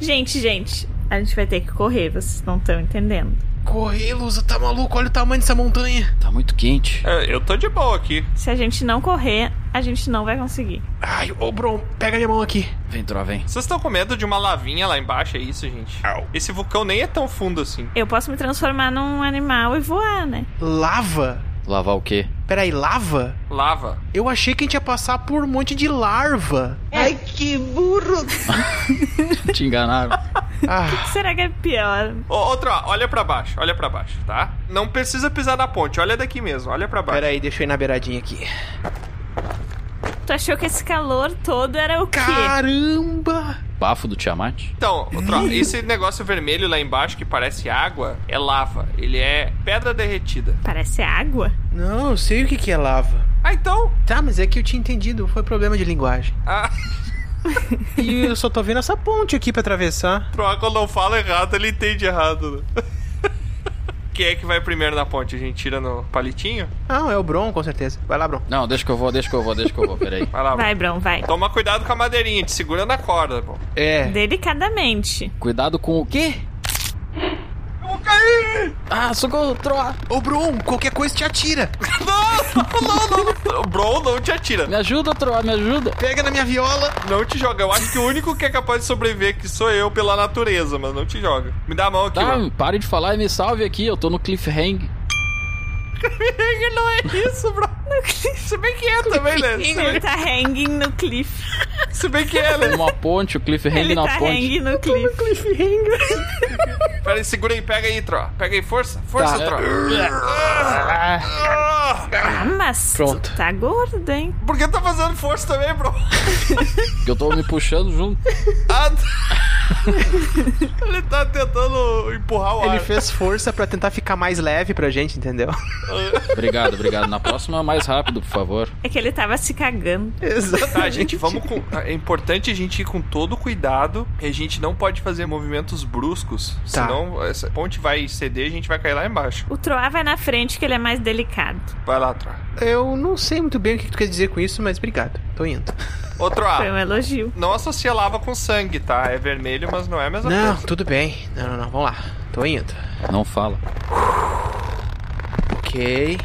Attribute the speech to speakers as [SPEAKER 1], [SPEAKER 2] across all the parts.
[SPEAKER 1] Gente, gente, a gente vai ter que correr, vocês não estão entendendo.
[SPEAKER 2] Correr, Lusa, tá maluco? Olha o tamanho dessa montanha.
[SPEAKER 3] Tá muito quente.
[SPEAKER 4] É, eu tô de boa aqui.
[SPEAKER 1] Se a gente não correr, a gente não vai conseguir.
[SPEAKER 2] Ai, ô Bron, pega minha mão aqui.
[SPEAKER 3] Vem, Tro, vem.
[SPEAKER 4] Vocês estão com medo de uma lavinha lá embaixo, é isso, gente?
[SPEAKER 2] Au.
[SPEAKER 4] Esse vulcão nem é tão fundo assim.
[SPEAKER 1] Eu posso me transformar num animal e voar, né?
[SPEAKER 2] Lava?
[SPEAKER 3] Lavar o quê?
[SPEAKER 2] Peraí, lava?
[SPEAKER 4] Lava.
[SPEAKER 2] Eu achei que a gente ia passar por um monte de larva.
[SPEAKER 5] Ai, que burro!
[SPEAKER 3] Te enganaram.
[SPEAKER 2] Ah,
[SPEAKER 1] Será que é pior?
[SPEAKER 4] Ô, outro, olha pra baixo, olha pra baixo, tá? Não precisa pisar na ponte, olha daqui mesmo, olha pra baixo.
[SPEAKER 2] peraí, deixa eu ir na beiradinha aqui.
[SPEAKER 1] Tu achou que esse calor todo era o quê?
[SPEAKER 2] Caramba!
[SPEAKER 3] Bafo do Tiamat?
[SPEAKER 4] Então, outro, esse negócio vermelho lá embaixo que parece água é lava. Ele é pedra derretida.
[SPEAKER 1] Parece água?
[SPEAKER 2] Não, eu sei o que que é lava.
[SPEAKER 4] Ah, então.
[SPEAKER 2] Tá, mas é que eu tinha entendido, foi problema de linguagem.
[SPEAKER 4] Ah,
[SPEAKER 2] E eu só tô vendo essa ponte aqui pra atravessar.
[SPEAKER 4] troca quando eu falo errado, ele entende errado. Né? Quem é que vai primeiro na ponte? A gente tira no palitinho?
[SPEAKER 2] Não, é o Bron, com certeza. Vai lá, Bron.
[SPEAKER 3] Não, deixa que eu vou, deixa que eu vou, deixa que eu vou, peraí.
[SPEAKER 4] Vai lá.
[SPEAKER 1] Vai, Bron, vai.
[SPEAKER 4] Toma cuidado com a madeirinha, te segura na corda, pô.
[SPEAKER 2] É.
[SPEAKER 1] Delicadamente.
[SPEAKER 3] Cuidado com o quê?
[SPEAKER 4] Eu vou cair!
[SPEAKER 3] Ah, socorro, Troa!
[SPEAKER 2] Ô, Bron, qualquer coisa te atira.
[SPEAKER 4] Não, não, não. O Bro não te atira.
[SPEAKER 3] Me ajuda, Troa, me ajuda!
[SPEAKER 2] Pega na minha viola.
[SPEAKER 4] Não te joga. Eu acho que o único que é capaz de sobreviver aqui sou eu pela natureza, mas não te joga. Me dá a mão aqui,
[SPEAKER 3] Tá,
[SPEAKER 4] mano.
[SPEAKER 3] pare de falar e me salve aqui, eu tô no cliffhanger.
[SPEAKER 4] não é isso, bro. Se bem que é também, né? Se
[SPEAKER 1] Ele
[SPEAKER 4] bem,
[SPEAKER 1] tá hanging no cliff.
[SPEAKER 4] se bem que é, né?
[SPEAKER 3] Numa ponte, o cliffhanger
[SPEAKER 1] Ele
[SPEAKER 3] na
[SPEAKER 1] tá
[SPEAKER 3] ponte.
[SPEAKER 1] hanging no cliff.
[SPEAKER 4] Pera aí, segura aí. Pega aí, Tro. Pega aí, força. Força,
[SPEAKER 3] Tá.
[SPEAKER 4] Tro. Ah,
[SPEAKER 1] Ah, mas
[SPEAKER 2] Pronto.
[SPEAKER 1] tu tá gordo, hein?
[SPEAKER 4] Por que tá fazendo força também, bro?
[SPEAKER 3] Que eu tô me puxando junto.
[SPEAKER 4] Ah, tá. Ele tá tentando empurrar o
[SPEAKER 2] Ele
[SPEAKER 4] ar.
[SPEAKER 2] fez força pra tentar ficar mais leve pra gente, entendeu?
[SPEAKER 3] Obrigado, obrigado. Na próxima, mais rápido, por favor.
[SPEAKER 1] É que ele tava se cagando.
[SPEAKER 2] Exato.
[SPEAKER 4] Tá, gente, vamos com. É importante a gente ir com todo cuidado. E a gente não pode fazer movimentos bruscos. Senão essa ponte vai ceder e a gente vai cair lá embaixo.
[SPEAKER 1] O Troá vai na frente que ele é mais delicado.
[SPEAKER 4] Vai lá, Tro.
[SPEAKER 2] Eu não sei muito bem o que tu quer dizer com isso, mas obrigado. Tô indo.
[SPEAKER 4] Outro
[SPEAKER 1] Foi um
[SPEAKER 4] A.
[SPEAKER 1] elogio.
[SPEAKER 4] Não associa lava com sangue, tá? É vermelho, mas não é a mesma
[SPEAKER 2] Não,
[SPEAKER 4] coisa.
[SPEAKER 2] tudo bem. Não, não, não. Vamos lá. Tô indo.
[SPEAKER 3] Não fala.
[SPEAKER 2] Ok.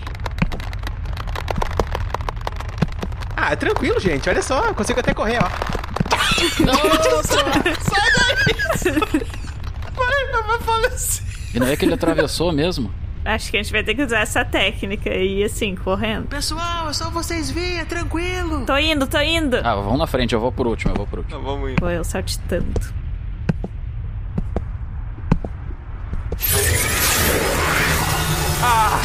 [SPEAKER 2] Ah, é tranquilo, gente. Olha só, eu consigo até correr, ó.
[SPEAKER 4] Vai, não vai falecer.
[SPEAKER 3] E não é que ele atravessou mesmo?
[SPEAKER 1] Acho que a gente vai ter que usar essa técnica e ir assim, correndo.
[SPEAKER 2] Pessoal, é só vocês verem, é tranquilo.
[SPEAKER 1] Tô indo, tô indo!
[SPEAKER 3] Ah, vamos na frente, eu vou por último, eu vou por último.
[SPEAKER 4] Não, Então, vamos ir.
[SPEAKER 1] Foi eu saltitando. Ai,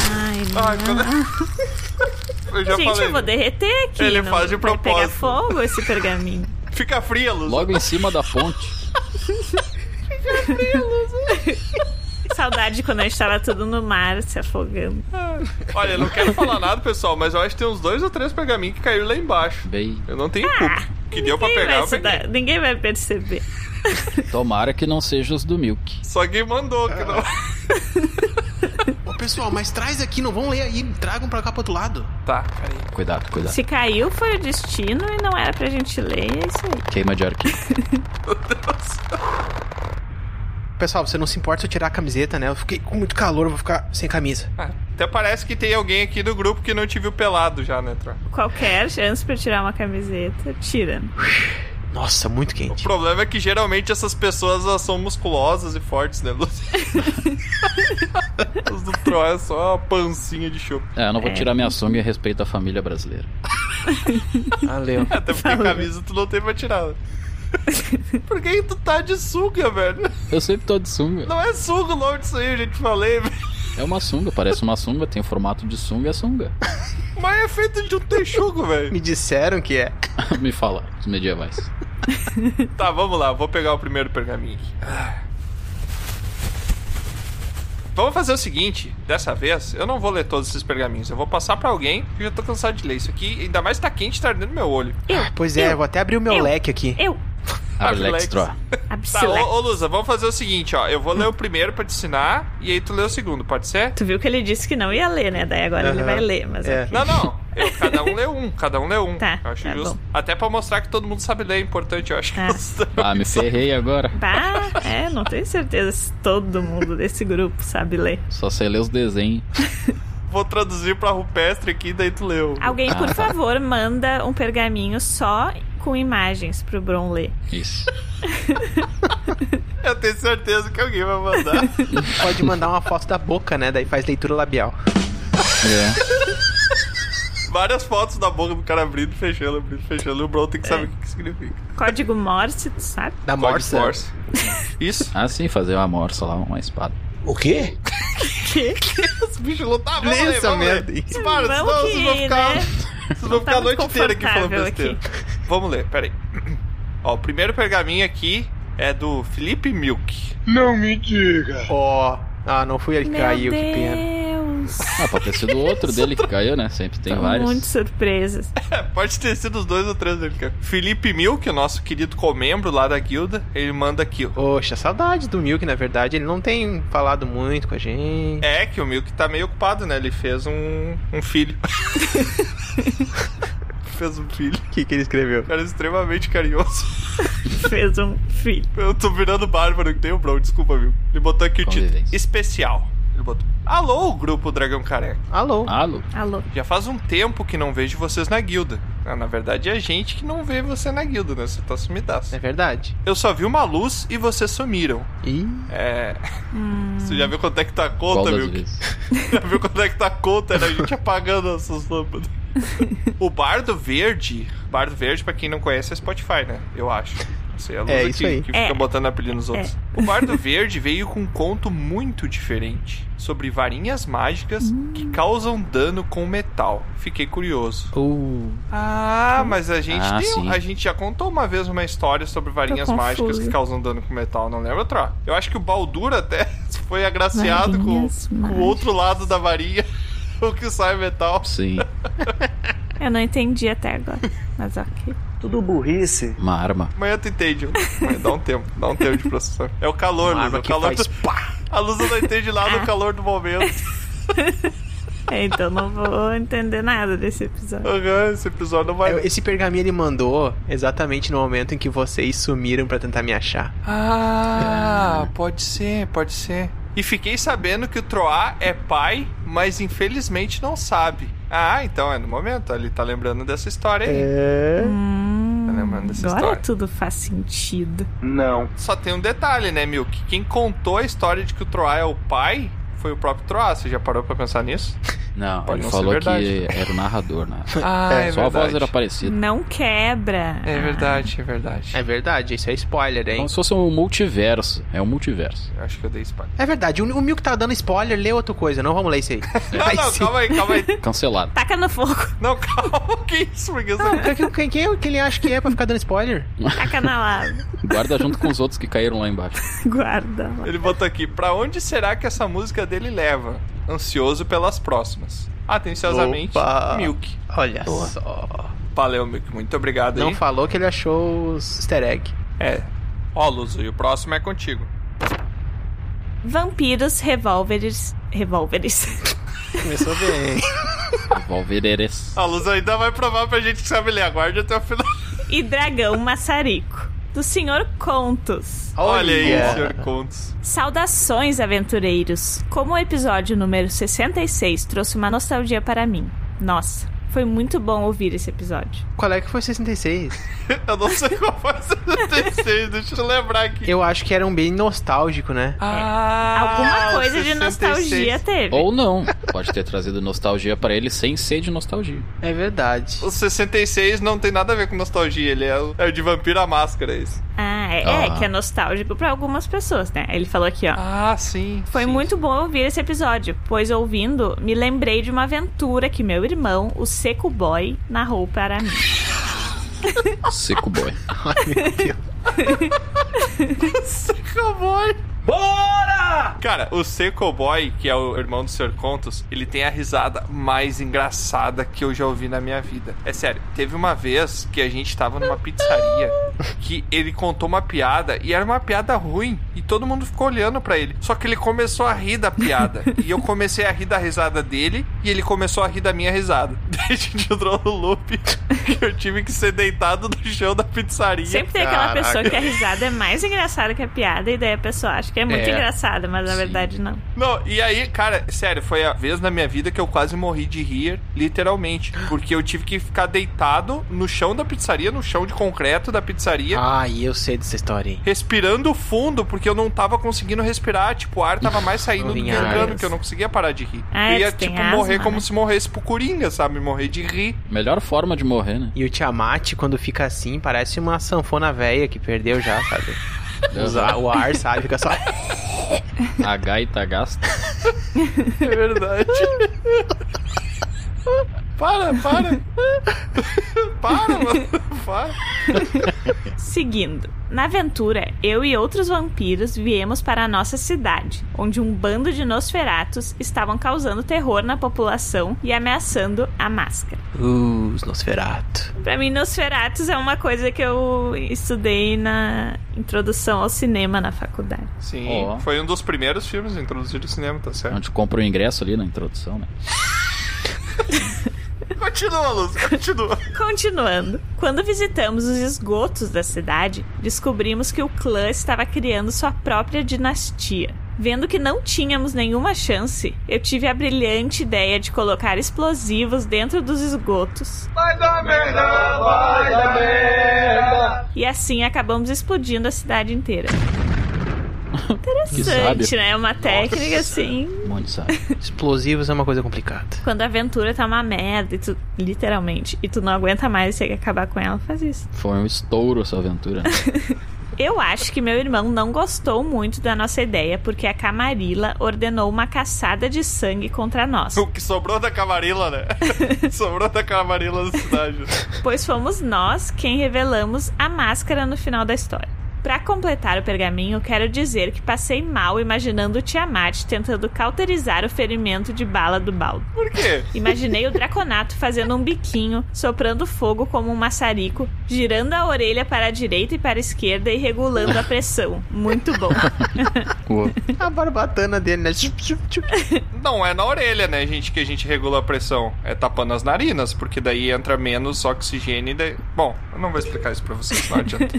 [SPEAKER 4] Ai, quando... Ah. Eu já
[SPEAKER 1] Gente,
[SPEAKER 4] falei.
[SPEAKER 1] eu vou derreter aqui.
[SPEAKER 4] Ele
[SPEAKER 1] não
[SPEAKER 4] faz de
[SPEAKER 1] vai pegar
[SPEAKER 4] propósito.
[SPEAKER 1] fogo esse pergaminho.
[SPEAKER 4] Fica fria, Luz.
[SPEAKER 3] Logo em cima da ponte.
[SPEAKER 1] Saudade quando a gente tava tudo no mar se afogando.
[SPEAKER 4] Olha, eu não quero falar nada, pessoal, mas eu acho que tem uns dois ou três pergaminhos que caíram lá embaixo.
[SPEAKER 3] Bem,
[SPEAKER 4] Eu não tenho culpa. Que deu pra
[SPEAKER 1] Ah, Ninguém
[SPEAKER 4] pegar,
[SPEAKER 1] vai
[SPEAKER 4] eu
[SPEAKER 1] se
[SPEAKER 4] peguei.
[SPEAKER 1] dar- ninguém vai perceber.
[SPEAKER 3] tomara que não seja os do Milk.
[SPEAKER 4] Só quem mandou, que não.
[SPEAKER 2] Ô, pessoal, mas traz aqui, não vão ler aí. Tragam pra cá pro outro lado.
[SPEAKER 4] Tá, peraí.
[SPEAKER 3] Cuidado, cuidado.
[SPEAKER 1] Se caiu, foi o destino e não era pra gente ler. É isso aí.
[SPEAKER 3] Queima de arquivo.
[SPEAKER 2] Pessoal, você não se importa se eu tirar a camiseta, né? Eu fiquei com muito calor, vou ficar sem camisa.
[SPEAKER 4] Ah, Até parece que tem alguém aqui do grupo que não te viu pelado já, né, Tro?
[SPEAKER 1] Qualquer chance pra eu tirar uma camiseta, tira.
[SPEAKER 2] Nossa, muito
[SPEAKER 4] O
[SPEAKER 2] quente.
[SPEAKER 4] problema é que geralmente essas pessoas elas são musculosas e fortes, né, Luz? Os do Tro é só uma pancinha de chope.
[SPEAKER 3] É, eu não vou
[SPEAKER 1] É.
[SPEAKER 3] tirar minha sunga em respeito à família brasileira.
[SPEAKER 2] Valeu.
[SPEAKER 4] Até porque camisa tu não tem pra tirar. né? Por que que tu tá de sunga, velho?
[SPEAKER 3] Eu sempre tô de sunga.
[SPEAKER 4] Não é sunga o nome disso aí, gente falei, velho.
[SPEAKER 3] É uma sunga, parece uma sunga, tem o formato de sunga, é sunga.
[SPEAKER 4] Mas é feito de um texugo, velho.
[SPEAKER 2] Me disseram que é.
[SPEAKER 3] Me fala, os medievais.
[SPEAKER 4] Tá, vamos lá, vou pegar o primeiro pergaminho aqui. Ah. Vamos fazer o seguinte, dessa vez, eu não vou ler todos esses pergaminhos, eu vou passar pra alguém, que eu já tô cansado de ler isso aqui, ainda mais tá quente, tá ardendo meu olho.
[SPEAKER 2] Pois é, eu vou até abrir o meu
[SPEAKER 1] eu-
[SPEAKER 2] leque aqui.
[SPEAKER 1] Eu,
[SPEAKER 3] Ah, Alex
[SPEAKER 4] Alex.
[SPEAKER 3] Troa.
[SPEAKER 4] Tá, ô,
[SPEAKER 1] Absila.
[SPEAKER 4] ô Lusa, vamos fazer o seguinte, ó, eu vou ler o primeiro pra te ensinar, e aí tu lê o segundo, pode ser?
[SPEAKER 1] Tu viu que ele disse que não ia ler, né? Daí agora ele
[SPEAKER 2] Aham.
[SPEAKER 1] vai ler, mas.
[SPEAKER 2] É.
[SPEAKER 1] ok.
[SPEAKER 4] Não, não. Eu- cada um lê um, cada um lê um.
[SPEAKER 1] Tá,
[SPEAKER 4] eu acho
[SPEAKER 1] tá
[SPEAKER 4] justo.
[SPEAKER 1] bom.
[SPEAKER 4] Até pra mostrar que todo mundo sabe ler, é importante, eu acho
[SPEAKER 1] Tá.
[SPEAKER 4] justo.
[SPEAKER 3] Ah, me ferrei agora.
[SPEAKER 1] Bah, é, não tenho certeza se todo mundo desse grupo sabe ler.
[SPEAKER 3] Só sei ler os desenhos.
[SPEAKER 4] Vou traduzir pra rupestre aqui, daí tu leu.
[SPEAKER 1] Alguém, por favor, manda um pergaminho só com imagens pro Bron ler.
[SPEAKER 3] Isso.
[SPEAKER 4] Eu tenho certeza que alguém vai mandar.
[SPEAKER 2] Pode mandar uma foto da boca, né? Daí faz leitura labial.
[SPEAKER 3] É.
[SPEAKER 4] Várias fotos da boca do cara abrindo, fechando, abrindo, fechando. E o Bron tem que saber
[SPEAKER 1] É.
[SPEAKER 4] o que, que significa.
[SPEAKER 1] Código Morse, tu sabe?
[SPEAKER 2] Da morsa.
[SPEAKER 4] Morse. Isso.
[SPEAKER 3] Ah, sim, fazer uma morsa lá, uma espada.
[SPEAKER 5] O quê?
[SPEAKER 1] Que?
[SPEAKER 4] Os bichos
[SPEAKER 2] Lê
[SPEAKER 4] lutavam, vamos ler,
[SPEAKER 2] essa
[SPEAKER 4] tá né, vamos ler.
[SPEAKER 2] merda aí.
[SPEAKER 4] Dispara,
[SPEAKER 1] Vamos
[SPEAKER 4] senão
[SPEAKER 1] que,
[SPEAKER 4] vocês vão ficar...
[SPEAKER 1] né?
[SPEAKER 4] Vocês vão ficar a
[SPEAKER 1] tá
[SPEAKER 4] noite
[SPEAKER 1] muito
[SPEAKER 4] inteira aqui falando besteira.
[SPEAKER 1] confortável
[SPEAKER 4] Vamos ler, peraí. Ó, o primeiro pergaminho aqui é do Felipe Milk.
[SPEAKER 5] Não me diga.
[SPEAKER 2] Ó. Ah, não fui ele que
[SPEAKER 1] Meu
[SPEAKER 2] caiu, que pena.
[SPEAKER 1] Deus!
[SPEAKER 3] Ah, pode ter sido outro dele que caiu, né? Sempre tem
[SPEAKER 1] Tô
[SPEAKER 3] vários.
[SPEAKER 1] muito surpresas.
[SPEAKER 4] É, Pode ter sido os dois ou três dele, cara. Felipe Milk, o nosso querido comembro lá da guilda, ele manda aqui, ó.
[SPEAKER 2] Poxa, saudade do Milk, na verdade. Ele não tem falado muito com a gente.
[SPEAKER 4] É que o Milk tá meio ocupado, né? Ele fez um, um filho. fez um filho.
[SPEAKER 2] O que, que ele escreveu?
[SPEAKER 4] Cara, é extremamente carinhoso.
[SPEAKER 1] Fez um filho.
[SPEAKER 4] Eu tô virando bárbaro que tem o Brown, desculpa, Milk. Ele botou aqui o título.
[SPEAKER 3] Convivência.
[SPEAKER 4] Especial. Ele botou. Alô, grupo Dragão Careca.
[SPEAKER 2] Alô?
[SPEAKER 3] Alô?
[SPEAKER 1] Alô?
[SPEAKER 4] Já faz um tempo que não vejo vocês na guilda. Ah, na verdade, é a gente que não vê você na guilda, né? Você tá
[SPEAKER 2] É
[SPEAKER 4] sumidaço.
[SPEAKER 2] verdade.
[SPEAKER 4] Eu só vi uma luz e vocês sumiram.
[SPEAKER 2] Ih,
[SPEAKER 4] É. Você já viu quanto é que tá a
[SPEAKER 3] Qual
[SPEAKER 4] conta,
[SPEAKER 3] das
[SPEAKER 4] meu?
[SPEAKER 3] vezes?
[SPEAKER 4] Já viu quanto é que tá a conta? Era a gente apagando essas lâmpadas. O Bardo Verde. Bardo Verde, pra quem não conhece, é Spotify, né? Eu acho. Não sei, a luz
[SPEAKER 2] É,
[SPEAKER 4] aqui,
[SPEAKER 2] isso aí.
[SPEAKER 4] que
[SPEAKER 1] É.
[SPEAKER 4] fica botando apelido nos outros. O Bardo Verde veio com um conto muito diferente sobre varinhas mágicas
[SPEAKER 1] Hum.
[SPEAKER 4] que causam dano com metal. Fiquei curioso.
[SPEAKER 2] uh,
[SPEAKER 4] Ah, mas a gente
[SPEAKER 3] Ah,
[SPEAKER 4] tem-
[SPEAKER 3] sim.
[SPEAKER 4] a gente já contou uma vez uma história sobre varinhas
[SPEAKER 1] Tô
[SPEAKER 4] mágicas
[SPEAKER 1] confusa.
[SPEAKER 4] que causam dano com metal, não lembro, Tro? Eu acho que o Baldur até foi agraciado com,
[SPEAKER 1] Varinhas
[SPEAKER 4] com o
[SPEAKER 1] mágicas.
[SPEAKER 4] outro lado da varinha, o que sai metal.
[SPEAKER 3] Sim.
[SPEAKER 1] Eu não entendi até agora, mas ok.
[SPEAKER 5] Tudo burrice.
[SPEAKER 3] Uma arma.
[SPEAKER 4] Amanhã tu entende, mas dá um tempo, dá um tempo de processar. É o calor,
[SPEAKER 2] uma
[SPEAKER 4] Luz,
[SPEAKER 2] arma
[SPEAKER 4] o
[SPEAKER 2] que
[SPEAKER 4] calor
[SPEAKER 2] faz
[SPEAKER 4] do-
[SPEAKER 2] pá.
[SPEAKER 4] A Luz não entende lá no calor do momento.
[SPEAKER 1] É, Então não vou entender nada desse episódio.
[SPEAKER 4] Aham, Esse episódio não vai...
[SPEAKER 2] Eu- Esse pergaminho ele mandou exatamente no momento em que vocês sumiram pra tentar me achar.
[SPEAKER 4] Ah, pode ser, pode ser. E fiquei sabendo que o Troá é pai, mas infelizmente não sabe. Ah, então é no momento, ele tá lembrando dessa história aí.
[SPEAKER 5] É.
[SPEAKER 4] Tá lembrando dessa
[SPEAKER 1] Hum, Agora
[SPEAKER 4] história.
[SPEAKER 1] tudo faz sentido.
[SPEAKER 5] Não.
[SPEAKER 4] Só tem um detalhe, né, Milk? Quem contou a história de que o Troá é o pai foi o próprio Troá. Você já parou pra pensar nisso?
[SPEAKER 3] Não, ele
[SPEAKER 4] Pode não ser
[SPEAKER 3] falou
[SPEAKER 4] verdade.
[SPEAKER 3] que era o narrador, né?
[SPEAKER 4] Ah, é,
[SPEAKER 3] Só a voz era parecida.
[SPEAKER 1] Não quebra.
[SPEAKER 4] É verdade, é verdade.
[SPEAKER 2] É verdade, isso é spoiler, hein?
[SPEAKER 3] Como se fosse um multiverso. É um multiverso.
[SPEAKER 4] Eu Acho que eu dei spoiler.
[SPEAKER 2] É verdade, o o Milk tá dando spoiler, lê outra coisa, não vamos ler isso aí.
[SPEAKER 4] Não, não, calma aí, calma aí.
[SPEAKER 3] Cancelado.
[SPEAKER 1] Taca no fogo,
[SPEAKER 4] Não, calma, que isso, porque você...
[SPEAKER 2] Quem, quem, quem é que ele acha que é pra ficar dando spoiler?
[SPEAKER 1] taca na lava.
[SPEAKER 3] Guarda junto com os outros que caíram lá embaixo.
[SPEAKER 1] Guarda lá.
[SPEAKER 4] Ele botou aqui, pra onde será que essa música dele leva? Ansioso pelas próximas. Atenciosamente,
[SPEAKER 2] Opa.
[SPEAKER 4] Milk.
[SPEAKER 2] Olha
[SPEAKER 3] Boa.
[SPEAKER 2] só.
[SPEAKER 4] Valeu, Milk. Muito obrigado
[SPEAKER 2] Não
[SPEAKER 4] aí.
[SPEAKER 2] falou que ele achou os easter egg.
[SPEAKER 4] É. Ó, Luzu, e o próximo é contigo.
[SPEAKER 1] Vampiros, revólveres. Revólveres.
[SPEAKER 2] Começou bem.
[SPEAKER 3] Valvereres.
[SPEAKER 4] A Luz ainda vai provar pra gente que sabe ler. Aguarde até o final.
[SPEAKER 1] e dragão maçarico. Do senhor Contos.
[SPEAKER 4] Olha aí,
[SPEAKER 2] Olha.
[SPEAKER 4] senhor Contos.
[SPEAKER 1] Saudações, aventureiros! Como o episódio número 66 trouxe uma nostalgia para mim. Nossa, foi muito bom ouvir esse episódio.
[SPEAKER 2] Qual é que foi 66?
[SPEAKER 4] Eu não sei qual foi o 76, deixa eu lembrar aqui.
[SPEAKER 2] Eu acho que era um bem nostálgico, né?
[SPEAKER 4] Ah,
[SPEAKER 1] Alguma
[SPEAKER 4] o
[SPEAKER 1] coisa de
[SPEAKER 4] 66.
[SPEAKER 1] nostalgia teve.
[SPEAKER 3] Ou não. Pode ter trazido nostalgia pra ele sem ser de nostalgia.
[SPEAKER 2] É verdade.
[SPEAKER 4] O 66 não tem nada a ver com nostalgia, ele é, o- é o de vampiro à máscara, esse.
[SPEAKER 1] Ah, é,
[SPEAKER 3] Ah.
[SPEAKER 1] é que é nostálgico para algumas pessoas, né? Ele falou aqui, ó.
[SPEAKER 4] Ah, sim.
[SPEAKER 1] Foi muito bom ouvir esse episódio, pois ouvindo, me lembrei de uma aventura que meu irmão, o Seco Boy, narrou para mim.
[SPEAKER 3] Seco boy.
[SPEAKER 4] Cowboy.
[SPEAKER 5] Bora!
[SPEAKER 4] Cara, o Seco Boy, que é o irmão do Sr. Contos, ele tem a risada mais engraçada que eu já ouvi na minha vida. É sério, teve uma vez que a gente tava numa pizzaria que ele contou uma piada e era uma piada ruim e todo mundo ficou olhando pra ele. Só que ele começou a rir da piada e eu comecei a rir da risada dele e ele começou a rir da minha risada. Daí a gente entrou no loop que eu tive que ser deitado no chão da pizzaria.
[SPEAKER 1] Sempre tem aquela
[SPEAKER 2] Caraca.
[SPEAKER 1] pessoa que a risada é mais engraçada que a piada, e daí a pessoa acha que é muito
[SPEAKER 3] É.
[SPEAKER 1] engraçada, mas na
[SPEAKER 3] Sim.
[SPEAKER 1] verdade não.
[SPEAKER 4] Não, e aí, cara, sério, foi a vez na minha vida que eu quase morri de rir, literalmente. Porque eu tive que ficar deitado no chão da pizzaria, no chão de concreto da pizzaria.
[SPEAKER 2] Ah, e eu sei dessa história, hein?
[SPEAKER 4] Respirando fundo, porque eu não tava conseguindo respirar. Tipo, o ar tava mais saindo do que
[SPEAKER 2] Vinhares.
[SPEAKER 4] entrando, que eu não conseguia parar de rir.
[SPEAKER 1] Ah,
[SPEAKER 4] eu ia,
[SPEAKER 1] tu tem
[SPEAKER 4] tipo, morrer
[SPEAKER 1] asma,
[SPEAKER 4] como
[SPEAKER 1] né?
[SPEAKER 4] se morresse pro Coringa, sabe? Morrer de rir.
[SPEAKER 3] Melhor forma de morrer, né?
[SPEAKER 2] E o Tiamat, quando fica assim, parece uma sanfona velha que perdeu já, sabe? Os a- o ar, sabe? Fica só.
[SPEAKER 3] A gaita gasta.
[SPEAKER 4] É verdade. para, para. para, mano. Para.
[SPEAKER 1] Seguindo. Na aventura, eu e outros vampiros viemos para a nossa cidade, onde um bando de Nosferatus estavam causando terror na população e ameaçando a máscara.
[SPEAKER 2] Uh, os Nosferatu.
[SPEAKER 1] Pra mim, Nosferatus é uma coisa que eu estudei na introdução ao cinema na faculdade.
[SPEAKER 4] Sim,
[SPEAKER 3] Ó.
[SPEAKER 4] foi um dos primeiros filmes a introduzir o cinema, tá certo?
[SPEAKER 3] É Onde compra o ingresso ali na introdução, né?
[SPEAKER 4] Continua, Luz, continua.
[SPEAKER 1] Continuando, quando visitamos os esgotos da cidade, descobrimos que o clã estava criando sua própria dinastia. Vendo que não tínhamos nenhuma chance, eu tive a brilhante ideia de colocar explosivos dentro dos esgotos. E assim acabamos explodindo a cidade inteira.
[SPEAKER 3] Que sabe.
[SPEAKER 1] Interessante, né? Uma técnica assim.
[SPEAKER 3] Muito sabe.
[SPEAKER 2] Explosivos é uma coisa complicada.
[SPEAKER 1] Quando a aventura tá uma merda, e tu, literalmente, e tu não aguenta mais e você quer acabar com ela, faz isso.
[SPEAKER 3] Foi um estouro essa aventura. né?
[SPEAKER 1] Eu acho que meu irmão não gostou muito da nossa ideia, porque a Camarilla ordenou uma caçada de sangue contra nós,
[SPEAKER 4] O que sobrou da camarila, né? sobrou da camarila da cidade.
[SPEAKER 1] pois fomos nós quem revelamos a máscara no final da história. Pra completar o pergaminho, quero dizer que passei mal imaginando o Tiamat tentando cauterizar o ferimento de bala do baldo.
[SPEAKER 4] Por quê?
[SPEAKER 1] Imaginei o Draconato fazendo um biquinho, soprando fogo como um maçarico, girando a orelha para a direita e para a esquerda e regulando a pressão. Muito bom.
[SPEAKER 3] Uou.
[SPEAKER 2] A barbatana dele, né? Tchup, tchup, tchup.
[SPEAKER 4] Não é na orelha, né, gente, que a gente regula a pressão. É tapando as narinas, porque daí entra menos oxigênio e daí... Bom, eu não vou explicar isso pra vocês, não adianta.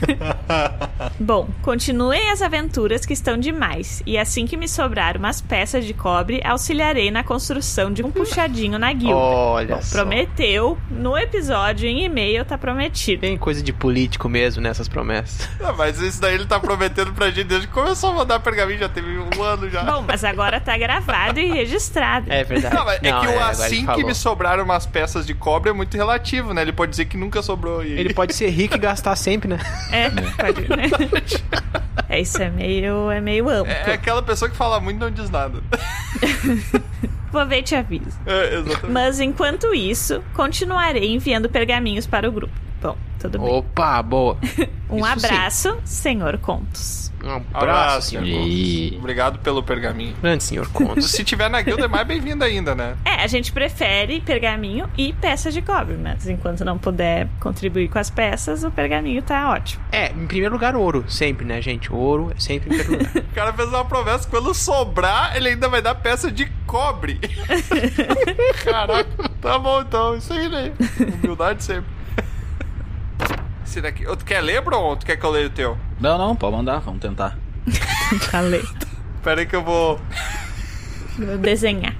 [SPEAKER 1] Bom, continuem as aventuras que estão demais, e assim que me sobrar umas peças de cobre, auxiliarei na construção de um puxadinho na guilda.
[SPEAKER 2] Olha
[SPEAKER 1] Bom,
[SPEAKER 2] só.
[SPEAKER 1] prometeu, no episódio, em e-mail, tá prometido.
[SPEAKER 2] Tem coisa de político mesmo nessas promessas.
[SPEAKER 4] Não, mas isso daí ele tá prometendo pra gente desde que começou a mandar pergaminho, já teve um ano já.
[SPEAKER 1] Bom, mas agora tá gravado e registrado.
[SPEAKER 2] É verdade.
[SPEAKER 4] Não, mas é
[SPEAKER 2] Não,
[SPEAKER 4] que o
[SPEAKER 2] agora ele
[SPEAKER 4] assim que
[SPEAKER 2] falou.
[SPEAKER 4] me sobraram umas peças de cobre é muito relativo, né? Ele pode dizer que nunca sobrou. E...
[SPEAKER 2] Ele pode ser rico e gastar sempre, né?
[SPEAKER 1] É, pode. é isso, é meio, é meio amplo.
[SPEAKER 4] É aquela pessoa que fala muito e não diz nada.
[SPEAKER 1] Vou ver e te aviso.
[SPEAKER 4] É, exatamente.
[SPEAKER 1] Mas enquanto isso, continuarei enviando pergaminhos para o grupo. Bom, tudo bem.
[SPEAKER 2] Opa, boa.
[SPEAKER 1] um
[SPEAKER 2] Oh, isso sim.
[SPEAKER 1] abraço, senhor Contos.
[SPEAKER 2] Um
[SPEAKER 4] Abraço,
[SPEAKER 2] abraço, senhor.
[SPEAKER 4] senhor.
[SPEAKER 3] E...
[SPEAKER 4] Obrigado pelo pergaminho.
[SPEAKER 2] Grande senhor Contos.
[SPEAKER 4] Se tiver na guilda é mais bem-vindo ainda, né?
[SPEAKER 1] É, a gente prefere pergaminho e peça de cobre, mas enquanto não puder contribuir com as peças, o pergaminho tá ótimo.
[SPEAKER 2] É, em primeiro lugar, ouro. Sempre, né, gente? Ouro é sempre em primeiro lugar.
[SPEAKER 4] O cara fez uma promessa que quando sobrar, ele ainda vai dar peça de cobre. Caraca, tá bom então, isso aí, né? Humildade sempre. Esse daqui. Tu quer ler, Bron? Ou tu quer que eu leia o teu?
[SPEAKER 3] Não, não, pode mandar, vamos tentar.
[SPEAKER 1] Falei.
[SPEAKER 4] Pera aí que eu vou.
[SPEAKER 1] Vou desenhar.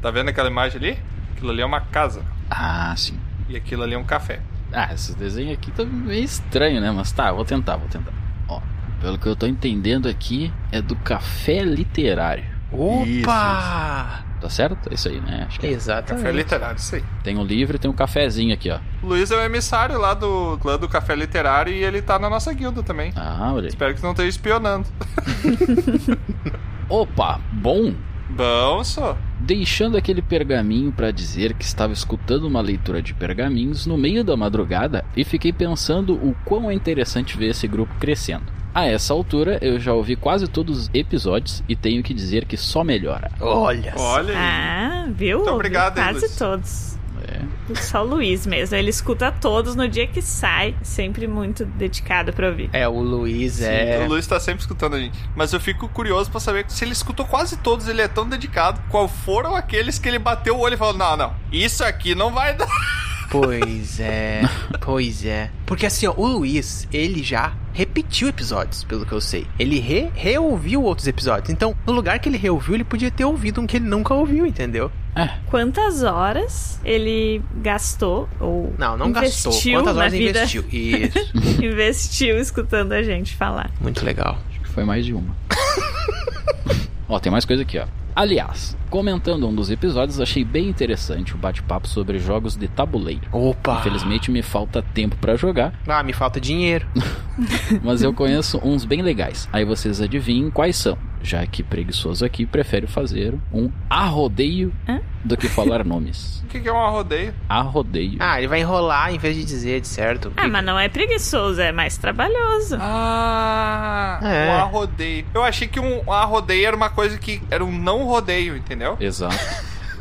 [SPEAKER 4] Tá vendo aquela imagem ali? Aquilo ali é uma casa.
[SPEAKER 3] Ah, sim.
[SPEAKER 4] E aquilo ali é um café.
[SPEAKER 3] Ah, esses desenhos aqui estão meio estranhos, né? Mas tá, vou tentar, vou tentar. Ó, pelo que eu tô entendendo aqui, é do café literário.
[SPEAKER 2] Opa!
[SPEAKER 3] Tá certo? É isso aí, né? Acho que é.
[SPEAKER 4] Café
[SPEAKER 2] Exatamente.
[SPEAKER 4] literário, isso aí.
[SPEAKER 3] Tem um livro e tem um cafezinho aqui, ó.
[SPEAKER 4] Luiz é o emissário lá do clã do Café Literário e ele tá na nossa guilda também.
[SPEAKER 3] Ah, olha aí.
[SPEAKER 4] Espero que não esteja espionando.
[SPEAKER 3] Opa, bom!
[SPEAKER 4] Bom, só.
[SPEAKER 3] Deixando aquele pergaminho pra dizer que estava escutando uma leitura de pergaminhos no meio da madrugada e fiquei pensando o quão é interessante ver esse grupo crescendo. A essa altura, eu já ouvi quase todos os episódios e tenho que dizer que só melhora.
[SPEAKER 2] Olha. só.
[SPEAKER 4] tá- Olha aí.
[SPEAKER 1] Ah, viu?
[SPEAKER 4] Muito
[SPEAKER 1] Ouviu
[SPEAKER 4] obrigado, hein,
[SPEAKER 1] Quase
[SPEAKER 4] Luiz?
[SPEAKER 1] todos.
[SPEAKER 3] É.
[SPEAKER 1] Só o Luiz mesmo. Ele escuta todos no dia que sai. Sempre muito dedicado pra ouvir.
[SPEAKER 2] É, o Luiz
[SPEAKER 4] Sim,
[SPEAKER 2] é.
[SPEAKER 4] O Luiz tá sempre escutando a gente. Mas eu fico curioso pra saber se ele escutou quase todos, ele é tão dedicado. Qual foram aqueles que ele bateu o olho e falou: Não, não, isso aqui não vai dar.
[SPEAKER 2] Pois é. Pois é. Porque assim, ó, o Luiz, ele já repetiu episódios, pelo que eu sei. Ele re reouviu outros episódios. Então, no lugar que ele reouviu, ele podia ter ouvido um que ele nunca ouviu, entendeu?
[SPEAKER 1] Quantas horas ele gastou ou
[SPEAKER 2] Não, não
[SPEAKER 1] investiu
[SPEAKER 2] gastou. Quantas horas
[SPEAKER 1] na
[SPEAKER 2] ele
[SPEAKER 1] vida,
[SPEAKER 2] investiu? Isso.
[SPEAKER 1] investiu escutando a gente falar.
[SPEAKER 2] Muito legal.
[SPEAKER 3] Acho que foi mais de uma. ó, tem mais coisa aqui, ó. Aliás, comentando um dos episódios, achei bem interessante o bate-papo sobre jogos de tabuleiro.
[SPEAKER 2] Opa.
[SPEAKER 3] Infelizmente me falta tempo pra jogar,
[SPEAKER 2] Ah, me falta dinheiro.
[SPEAKER 3] mas eu conheço uns bem legais. Aí vocês adivinhem quais são, já que preguiçoso aqui prefere fazer um arrodeio
[SPEAKER 1] Hã?
[SPEAKER 3] do que falar nomes.
[SPEAKER 4] O que que é um arrodeio?
[SPEAKER 3] Arrodeio.
[SPEAKER 2] Ah, ele vai enrolar em vez de dizer, de certo.
[SPEAKER 1] Ah, mas não é preguiçoso, é mais trabalhoso.
[SPEAKER 4] Ah,
[SPEAKER 2] É.
[SPEAKER 4] um arrodeio. Eu achei que um arrodeio era uma coisa que era um não rodeio, entendeu?
[SPEAKER 3] Exato.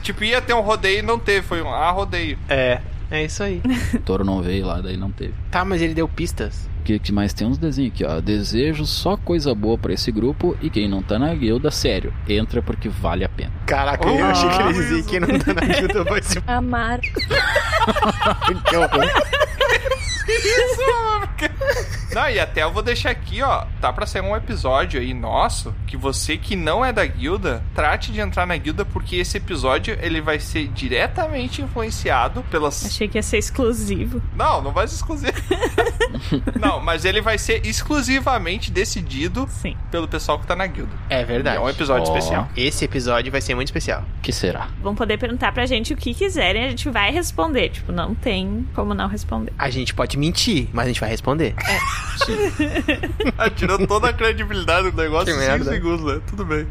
[SPEAKER 4] Tipo, ia ter um rodeio e não teve, foi um arrodeio.
[SPEAKER 2] É. É isso aí.
[SPEAKER 3] O touro não veio lá, daí não teve.
[SPEAKER 2] Tá, mas ele deu pistas.
[SPEAKER 3] O que que mais tem uns desenhos aqui, ó. Desejo só coisa boa pra esse grupo e quem não tá na guilda, sério, entra porque vale a pena.
[SPEAKER 2] Caraca,
[SPEAKER 4] eu achei que ele
[SPEAKER 1] Oh,
[SPEAKER 4] ia
[SPEAKER 2] dizer que não tá na ajuda, vai ser
[SPEAKER 6] Amar.
[SPEAKER 2] é um
[SPEAKER 4] Não, e até eu vou deixar aqui, ó. Tá pra sair um episódio aí nosso que você que não é da guilda, trate de entrar na guilda porque esse episódio ele vai ser diretamente influenciado pelas
[SPEAKER 1] Achei que ia ser exclusivo.
[SPEAKER 4] Não, não vai ser exclusivo. não, mas ele vai ser exclusivamente decidido
[SPEAKER 1] Sim.
[SPEAKER 4] pelo pessoal que tá na guilda.
[SPEAKER 2] É verdade.
[SPEAKER 4] É um episódio
[SPEAKER 3] Ó.
[SPEAKER 4] especial.
[SPEAKER 2] Esse episódio vai ser muito especial.
[SPEAKER 3] Que será?
[SPEAKER 1] Vão poder perguntar pra gente o que quiserem, a gente vai responder. Tipo, não tem como não responder.
[SPEAKER 2] A gente pode mentir, mas a gente vai responder.
[SPEAKER 4] Ah, Tirou toda a credibilidade do negócio
[SPEAKER 2] Que
[SPEAKER 4] em
[SPEAKER 2] merda.
[SPEAKER 4] 5 segundos, né? Tudo bem.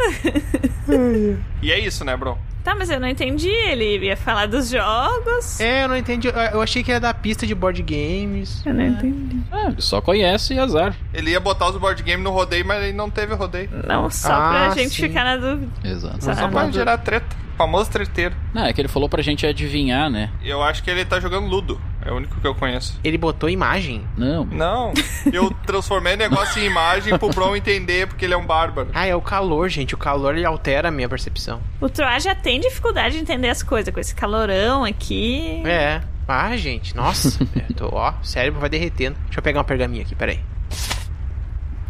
[SPEAKER 4] e é isso, né, Bron?
[SPEAKER 1] Tá, mas eu não entendi. Ele ia falar dos jogos.
[SPEAKER 2] É, eu não entendi. eu- Eu achei que era da pista de board games.
[SPEAKER 1] Eu não entendi.
[SPEAKER 3] Ah, ele só conhece e azar.
[SPEAKER 4] Ele ia botar os board game no rodeio, mas ele não teve rodeio.
[SPEAKER 1] Não, só
[SPEAKER 2] Ah,
[SPEAKER 1] pra gente
[SPEAKER 2] sim.
[SPEAKER 1] ficar na dúvida.
[SPEAKER 3] Exato.
[SPEAKER 1] Só
[SPEAKER 4] Só
[SPEAKER 1] Ah,
[SPEAKER 4] pra
[SPEAKER 1] não.
[SPEAKER 4] gerar treta. Famoso treteiro.
[SPEAKER 3] tá Não, é que ele falou pra gente adivinhar, né?
[SPEAKER 4] Eu acho que ele tá jogando Ludo. É o único que eu conheço.
[SPEAKER 2] Ele botou imagem.
[SPEAKER 3] Não.
[SPEAKER 4] Não, eu transformei o negócio em imagem pro Bron entender, porque ele é um bárbaro.
[SPEAKER 2] Ah, é o calor, gente. O calor ele altera a minha percepção.
[SPEAKER 1] O Troá já tem dificuldade de entender as coisas com esse calorão aqui.
[SPEAKER 2] É. Ah, gente, nossa. eu tô, ó, o cérebro vai derretendo. Deixa eu pegar uma pergaminha aqui, peraí.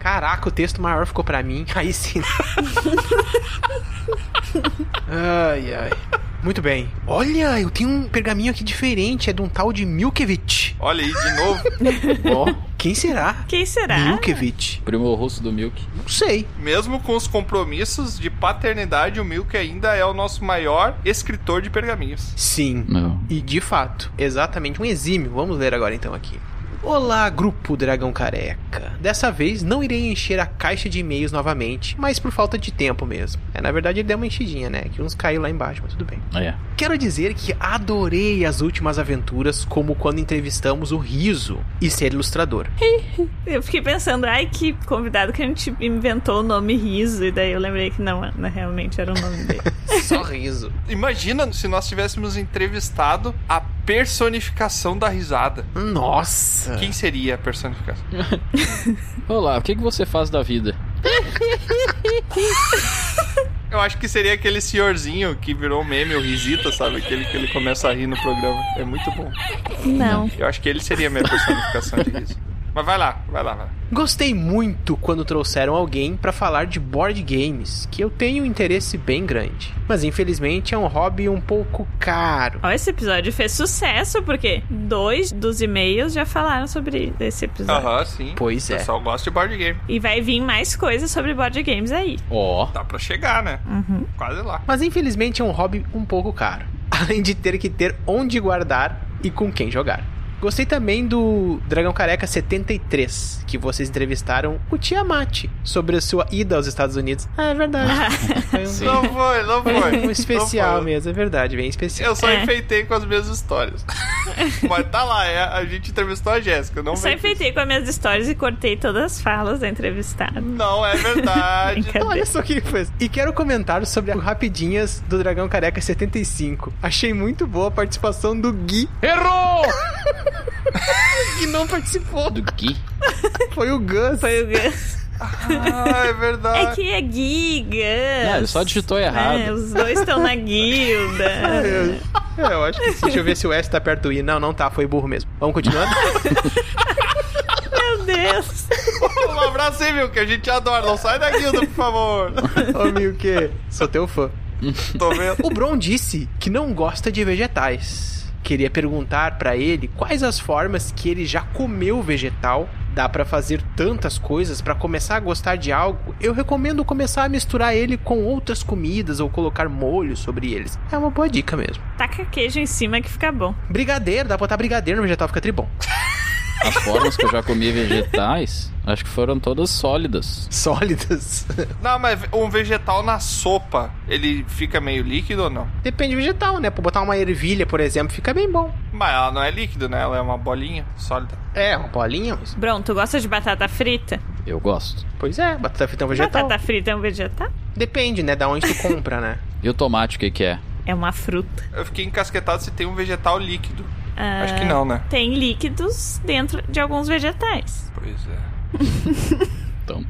[SPEAKER 2] Caraca, o texto maior ficou pra mim. Aí sim. ai, ai. Muito bem. Olha, eu tenho um pergaminho aqui diferente. É de um tal de Milkevich.
[SPEAKER 4] Olha aí, de novo.
[SPEAKER 2] Ó, quem será?
[SPEAKER 1] Quem será?
[SPEAKER 2] Milkevich.
[SPEAKER 3] Primo russo do Milk.
[SPEAKER 2] Não sei.
[SPEAKER 4] Mesmo com os compromissos de paternidade, o Milk ainda é o nosso maior escritor de pergaminhos.
[SPEAKER 2] Sim.
[SPEAKER 3] Não.
[SPEAKER 2] E de fato, exatamente um exímio. Vamos ler agora então aqui. Olá, grupo Dragão Careca. Dessa vez não irei encher a caixa de e-mails novamente, mas por falta de tempo mesmo. É, na verdade ele deu uma enchidinha, né? Que uns caiu lá embaixo, mas tudo bem.
[SPEAKER 3] É.
[SPEAKER 2] Quero dizer que adorei as últimas aventuras, como quando entrevistamos o Riso e ser ilustrador.
[SPEAKER 1] Eu fiquei pensando, ai, que convidado que a gente inventou o nome Riso. E daí eu lembrei que não, né, realmente era o nome dele.
[SPEAKER 2] Só riso.
[SPEAKER 4] Imagina se nós tivéssemos entrevistado a personificação da risada.
[SPEAKER 2] Nossa!
[SPEAKER 4] Quem seria a personificação?
[SPEAKER 3] Olá, o que, que você faz da vida?
[SPEAKER 4] Eu acho que seria aquele senhorzinho que virou um meme, o Risita, sabe? Aquele que ele começa a rir no programa. É muito bom.
[SPEAKER 1] Não.
[SPEAKER 4] Eu acho que ele seria a minha personificação de riso. Mas vai lá, vai lá, vai lá.
[SPEAKER 2] Gostei muito quando trouxeram alguém pra falar de board games, que eu tenho um interesse bem grande. Mas infelizmente é um hobby um pouco caro.
[SPEAKER 1] Ó, esse episódio fez sucesso, porque dois dos e-mails já falaram sobre esse episódio.
[SPEAKER 4] Aham, sim.
[SPEAKER 2] é. Pois
[SPEAKER 4] O
[SPEAKER 2] é.
[SPEAKER 4] pessoal gosta de board game.
[SPEAKER 1] E vai vir mais coisas sobre board games aí.
[SPEAKER 3] Ó.
[SPEAKER 4] Tá pra chegar, né?
[SPEAKER 1] Uhum.
[SPEAKER 4] Quase lá.
[SPEAKER 2] Mas infelizmente é um hobby um pouco caro. Além de ter que ter onde guardar e com quem jogar. Gostei também do Dragão Careca 73, que vocês entrevistaram o Tiamat sobre a sua ida aos Estados Unidos. Ah, é verdade. Foi um-
[SPEAKER 3] Sim.
[SPEAKER 4] Não foi, não foi.
[SPEAKER 2] um
[SPEAKER 4] Não
[SPEAKER 2] especial
[SPEAKER 4] foi.
[SPEAKER 2] mesmo, é verdade, bem especial.
[SPEAKER 4] Eu só
[SPEAKER 1] É.
[SPEAKER 4] enfeitei com as mesmas histórias. Mas tá lá, é- a gente entrevistou a Jéssica, não
[SPEAKER 1] Só
[SPEAKER 4] vem.
[SPEAKER 1] enfeitei com as minhas histórias e cortei todas as falas da entrevistada.
[SPEAKER 4] Não, é verdade.
[SPEAKER 1] Brincadeira.
[SPEAKER 2] Olha só o que ele fez. E quero comentar sobre as rapidinhas do Dragão Careca 75. Achei muito boa a participação do Gui,
[SPEAKER 3] Errou!
[SPEAKER 2] que não participou.
[SPEAKER 3] Do Gui?
[SPEAKER 2] Foi o Gus.
[SPEAKER 1] Foi o Gus.
[SPEAKER 4] ah, é verdade.
[SPEAKER 1] Então, É que é Gui, Gus.
[SPEAKER 3] Não, ele só digitou errado.
[SPEAKER 1] É, os dois estão na guilda.
[SPEAKER 2] É, eu acho que sim. Deixa eu ver se o S tá perto do I. Não, não tá, foi burro mesmo. Vamos continuando?
[SPEAKER 1] Meu Deus.
[SPEAKER 4] Um abraço aí, meu, que a gente adora. Não sai da guilda, por favor.
[SPEAKER 2] Ô, Milke, sou teu fã.
[SPEAKER 4] Tô vendo.
[SPEAKER 2] O Bron disse que não gosta de vegetais. Queria perguntar pra ele quais as formas que ele já comeu vegetal. Dá pra fazer tantas coisas pra começar a gostar de algo. Eu recomendo começar a misturar ele com outras comidas ou colocar molho sobre eles. É uma boa dica mesmo.
[SPEAKER 1] Taca queijo em cima que fica bom.
[SPEAKER 2] Brigadeiro, dá pra botar brigadeiro no vegetal, fica tribom.
[SPEAKER 3] As formas que eu já comi vegetais, acho que foram todas sólidas.
[SPEAKER 2] Sólidas.
[SPEAKER 4] Não, mas um vegetal na sopa, ele fica meio líquido ou não?
[SPEAKER 2] Depende do vegetal, né? Pra botar uma ervilha, por exemplo, fica bem bom.
[SPEAKER 4] Mas ela não é líquido, né? Ela é uma bolinha sólida.
[SPEAKER 2] É, uma bolinha, mas...
[SPEAKER 1] Bron, tu gosta de batata frita?
[SPEAKER 3] Eu gosto.
[SPEAKER 2] Pois é, batata frita é um vegetal.
[SPEAKER 1] Batata frita é um vegetal?
[SPEAKER 2] Depende, né? Da onde tu compra, né?
[SPEAKER 3] E o tomate, o que que é?
[SPEAKER 1] É uma fruta.
[SPEAKER 4] Eu fiquei encasquetado se tem um vegetal líquido.
[SPEAKER 1] Ah,
[SPEAKER 4] Acho que não, né?
[SPEAKER 1] Tem líquidos dentro de alguns vegetais.
[SPEAKER 4] Pois é.
[SPEAKER 3] Então,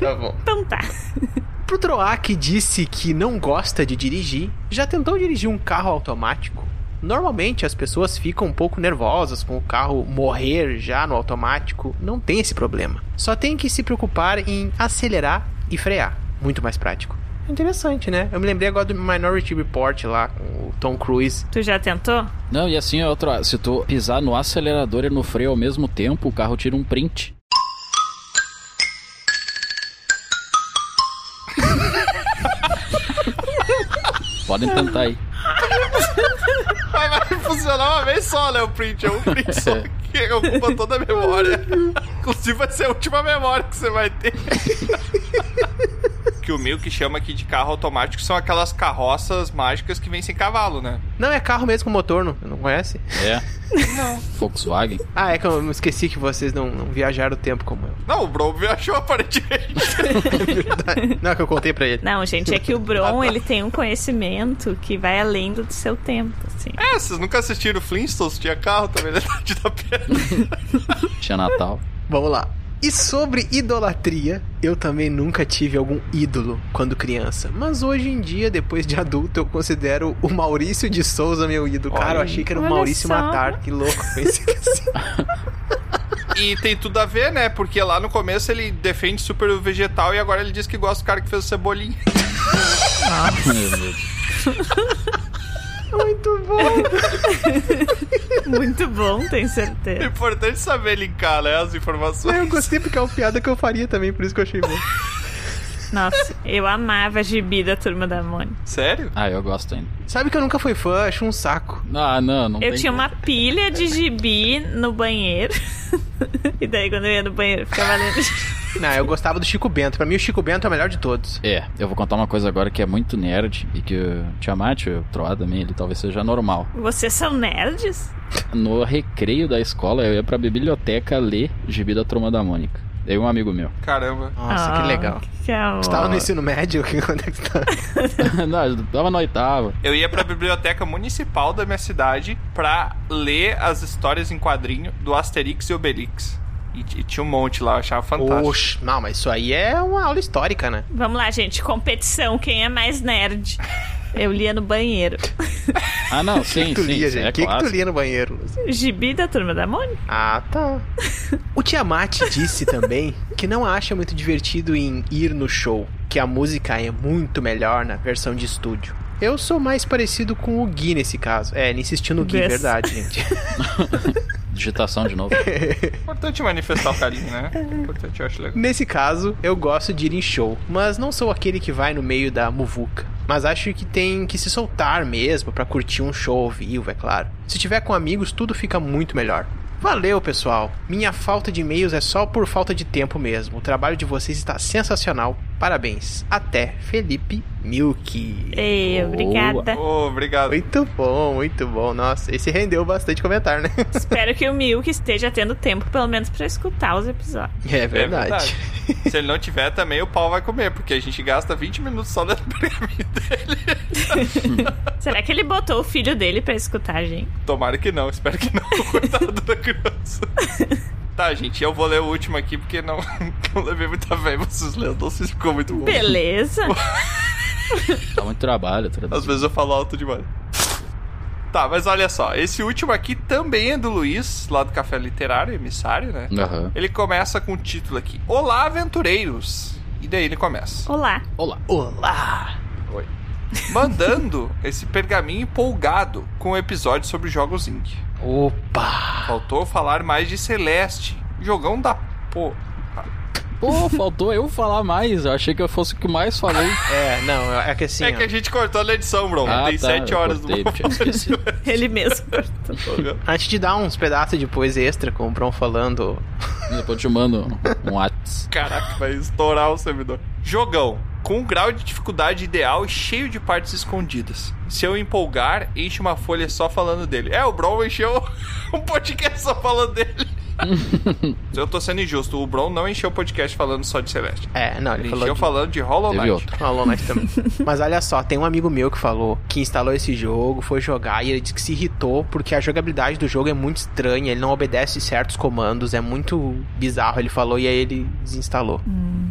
[SPEAKER 2] Tá bom.
[SPEAKER 1] Então tá.
[SPEAKER 2] Pro Troá que disse que não gosta de dirigir, já tentou dirigir um carro automático? Normalmente as pessoas ficam um pouco nervosas com o carro morrer já no automático, não tem esse problema. Só tem que se preocupar em acelerar e frear, muito mais prático. Interessante, né? Eu me lembrei agora do Minority Report lá com o Tom Cruise.
[SPEAKER 1] Tu já tentou?
[SPEAKER 3] Não, e assim é outra. Se tu pisar no acelerador e no freio ao mesmo tempo, o carro tira um print. Podem tentar aí.
[SPEAKER 4] Mas vai funcionar uma vez só, né? O print é um print só que ocupa toda a memória. Inclusive vai ser a última memória que você vai ter. que o Milk chama aqui de carro automático são aquelas carroças mágicas que vêm sem cavalo, né?
[SPEAKER 2] Não, é carro mesmo com motor, não, não conhece?
[SPEAKER 3] É. Volkswagen.
[SPEAKER 2] Ah, é que eu esqueci que vocês não, não viajaram o tempo como eu.
[SPEAKER 4] Não, o Bro achou aparentemente.
[SPEAKER 2] Não, é que eu contei pra ele.
[SPEAKER 1] Não, gente, é que o Bron, ele tem um conhecimento que vai além do seu tempo, assim.
[SPEAKER 4] É, vocês nunca assistiram Flintstones? Tinha carro também, né? De da pedra.
[SPEAKER 3] Tinha Natal.
[SPEAKER 2] Vamos lá. E sobre idolatria, eu também nunca tive algum ídolo quando criança. Mas hoje em dia, depois de adulto, eu considero o Maurício de Souza meu ídolo. Cara, eu achei que era o
[SPEAKER 1] Olha
[SPEAKER 2] Maurício
[SPEAKER 1] só.
[SPEAKER 2] Matar. Que louco. Pensei que assim.
[SPEAKER 4] E tem tudo a ver, né? Porque lá no começo ele defende super o vegetal e agora ele diz que gosta do cara que fez o cebolinha.
[SPEAKER 3] Meu Deus.
[SPEAKER 2] Muito bom.
[SPEAKER 1] Muito bom, tenho
[SPEAKER 4] É
[SPEAKER 1] certeza.
[SPEAKER 4] importante saber linkar, né? As informações.
[SPEAKER 2] Eu gostei porque é uma piada que eu faria também, por isso que eu achei bom.
[SPEAKER 1] Nossa, eu amava a gibi da Turma da Mônica.
[SPEAKER 4] Sério?
[SPEAKER 3] Ah, eu gosto ainda.
[SPEAKER 2] Sabe que eu nunca fui fã, acho um saco.
[SPEAKER 3] Ah, não, não
[SPEAKER 1] Eu
[SPEAKER 3] tem
[SPEAKER 1] tinha uma pilha de gibi no banheiro. E daí, quando eu ia no banheiro, eu ficava lendo.
[SPEAKER 2] Não, eu gostava do Chico Bento. Pra mim, o Chico Bento é o melhor de todos.
[SPEAKER 3] É, eu vou contar uma coisa agora que é muito nerd e que o Tiamat, o Troá também, ele talvez seja normal.
[SPEAKER 1] Vocês são nerds?
[SPEAKER 3] No recreio da escola, eu ia pra biblioteca ler Gibi da Turma da Mônica. Eu e um amigo meu.
[SPEAKER 4] Caramba.
[SPEAKER 2] Nossa,
[SPEAKER 1] Ah,
[SPEAKER 2] que legal.
[SPEAKER 1] Que amor.
[SPEAKER 2] Você tava no ensino médio? Quando é que tá?
[SPEAKER 3] não, eu tava na oitava.
[SPEAKER 4] Eu ia pra biblioteca municipal da minha cidade pra ler as histórias em quadrinho do Asterix e Obelix. E, t- e tinha um monte lá, eu achava fantástico.
[SPEAKER 2] Oxe, não, mas isso aí é uma aula histórica, né?
[SPEAKER 1] Vamos lá, gente. Competição. Quem é mais nerd? Eu lia no banheiro.
[SPEAKER 3] Ah, não, sim,
[SPEAKER 2] que tu
[SPEAKER 3] sim.
[SPEAKER 2] lia,
[SPEAKER 3] sim,
[SPEAKER 2] gente?
[SPEAKER 3] é
[SPEAKER 2] O que, que tu
[SPEAKER 3] clássico.
[SPEAKER 2] lia no banheiro? Luiz?
[SPEAKER 1] Gibi da Turma da Mônica?
[SPEAKER 2] Ah, tá. O Tiamat disse também que não acha muito divertido em ir no show, que a música é muito melhor na versão de estúdio. Eu sou mais parecido com o Gui nesse caso. É, ele insistiu no Gui,
[SPEAKER 1] Yes.
[SPEAKER 2] verdade, gente.
[SPEAKER 3] Digitação de novo.
[SPEAKER 4] Importante manifestar o carinho, né? Importante, eu acho legal.
[SPEAKER 2] Nesse caso, eu gosto de ir em show, mas não sou aquele que vai no meio da muvuca. Mas acho que tem que se soltar mesmo pra curtir um show ao vivo, é claro. Se tiver com amigos, tudo fica muito melhor. Valeu, pessoal. Minha falta de e-mails é só por falta de tempo mesmo. O trabalho de vocês está sensacional. Parabéns. Até Felipe Milk.
[SPEAKER 1] Ei,
[SPEAKER 2] É.
[SPEAKER 1] obrigada.
[SPEAKER 4] Ô, obrigado.
[SPEAKER 2] Muito bom, muito bom. Nossa, esse rendeu bastante comentário, né?
[SPEAKER 1] Espero que o Milk esteja tendo tempo, pelo menos, pra escutar os episódios.
[SPEAKER 2] É
[SPEAKER 4] É verdade. Se ele não tiver também, o pau vai comer, porque a gente gasta 20 minutos só da pirâmide dele.
[SPEAKER 1] Será que ele botou o filho dele pra escutar a gente?
[SPEAKER 4] Tomara que não, espero que não. Coitado da criança. Tá, gente, eu vou ler o último aqui, porque não, não levei muita fé em vocês lendo, vocês ficou muito bom.
[SPEAKER 1] Beleza.
[SPEAKER 3] Dá muito trabalho. tá
[SPEAKER 4] Às
[SPEAKER 3] traduzir.
[SPEAKER 4] vezes eu falo alto demais. Tá, mas olha só, esse último aqui também é do Luiz, lá do Café Literário, emissário, né?
[SPEAKER 3] Aham.
[SPEAKER 4] Ele começa com o título aqui: Olá, aventureiros! E daí ele começa.
[SPEAKER 1] Olá.
[SPEAKER 3] Olá.
[SPEAKER 2] Olá!
[SPEAKER 4] Mandando esse pergaminho empolgado com o episódio sobre jogos indie.
[SPEAKER 2] Opa!
[SPEAKER 4] Faltou falar mais de Celeste, jogão da pô.
[SPEAKER 3] Pô, faltou eu falar mais. Eu achei que eu fosse o que mais falei.
[SPEAKER 2] É, não, é que assim.
[SPEAKER 4] é que a
[SPEAKER 2] ó,
[SPEAKER 4] gente cortou na edição, bro. Tem sete
[SPEAKER 3] Ah, tá, eu
[SPEAKER 4] horas
[SPEAKER 3] cortei,
[SPEAKER 4] do
[SPEAKER 3] tinha esquecido.
[SPEAKER 1] Ele mesmo. cortou.
[SPEAKER 4] programa.
[SPEAKER 2] a gente te dá uns pedaços depois extra, com o Bron falando.
[SPEAKER 3] Depois eu te mando um Whats.
[SPEAKER 4] Caraca, vai estourar o servidor. Jogão. Com um grau de dificuldade ideal e cheio de partes escondidas. Se eu empolgar, enche uma folha só falando dele. É, o Bron encheu um podcast só falando dele. eu tô sendo injusto, o Bron não encheu o podcast falando só de Celeste.
[SPEAKER 2] É, não, ele
[SPEAKER 4] Ele
[SPEAKER 2] falou.
[SPEAKER 4] encheu
[SPEAKER 2] de-
[SPEAKER 4] falando de Hollow
[SPEAKER 3] Teve
[SPEAKER 4] Knight.
[SPEAKER 3] outro.
[SPEAKER 2] Falou mais também. Mas olha só, tem um amigo meu que falou que instalou esse jogo, foi jogar e ele disse que se irritou porque a jogabilidade do jogo é muito estranha, ele não obedece certos comandos, é muito bizarro. Ele falou e aí ele desinstalou.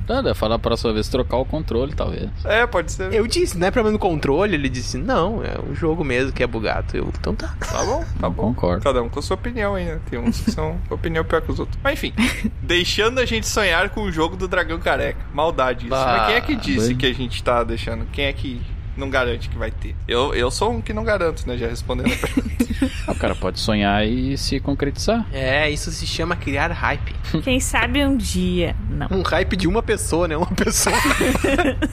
[SPEAKER 3] Nada, Tá, falar a próxima vez trocar o controle, talvez.
[SPEAKER 4] É, pode ser.
[SPEAKER 2] Eu disse, não é problema no controle? Ele disse, não, é o jogo mesmo que é bugado. Eu, então tá.
[SPEAKER 4] Tá bom, tá
[SPEAKER 3] Não
[SPEAKER 4] bom.
[SPEAKER 3] concordo.
[SPEAKER 4] Cada um com a sua opinião aí, né? Tem uns que são opinião pior que os outros. Mas enfim, deixando a gente sonhar com o jogo do dragão careca. Maldade isso.
[SPEAKER 2] Bah,
[SPEAKER 4] Mas quem é que disse
[SPEAKER 3] bem.
[SPEAKER 4] que a gente tá deixando? Quem é que não garante que vai ter? Eu, eu sou um que não garanto, né? Já respondendo a pergunta.
[SPEAKER 3] O cara pode sonhar e se concretizar.
[SPEAKER 2] É, isso se chama criar hype.
[SPEAKER 1] Quem sabe um dia. Não.
[SPEAKER 2] Um hype de uma pessoa, né? Uma pessoa.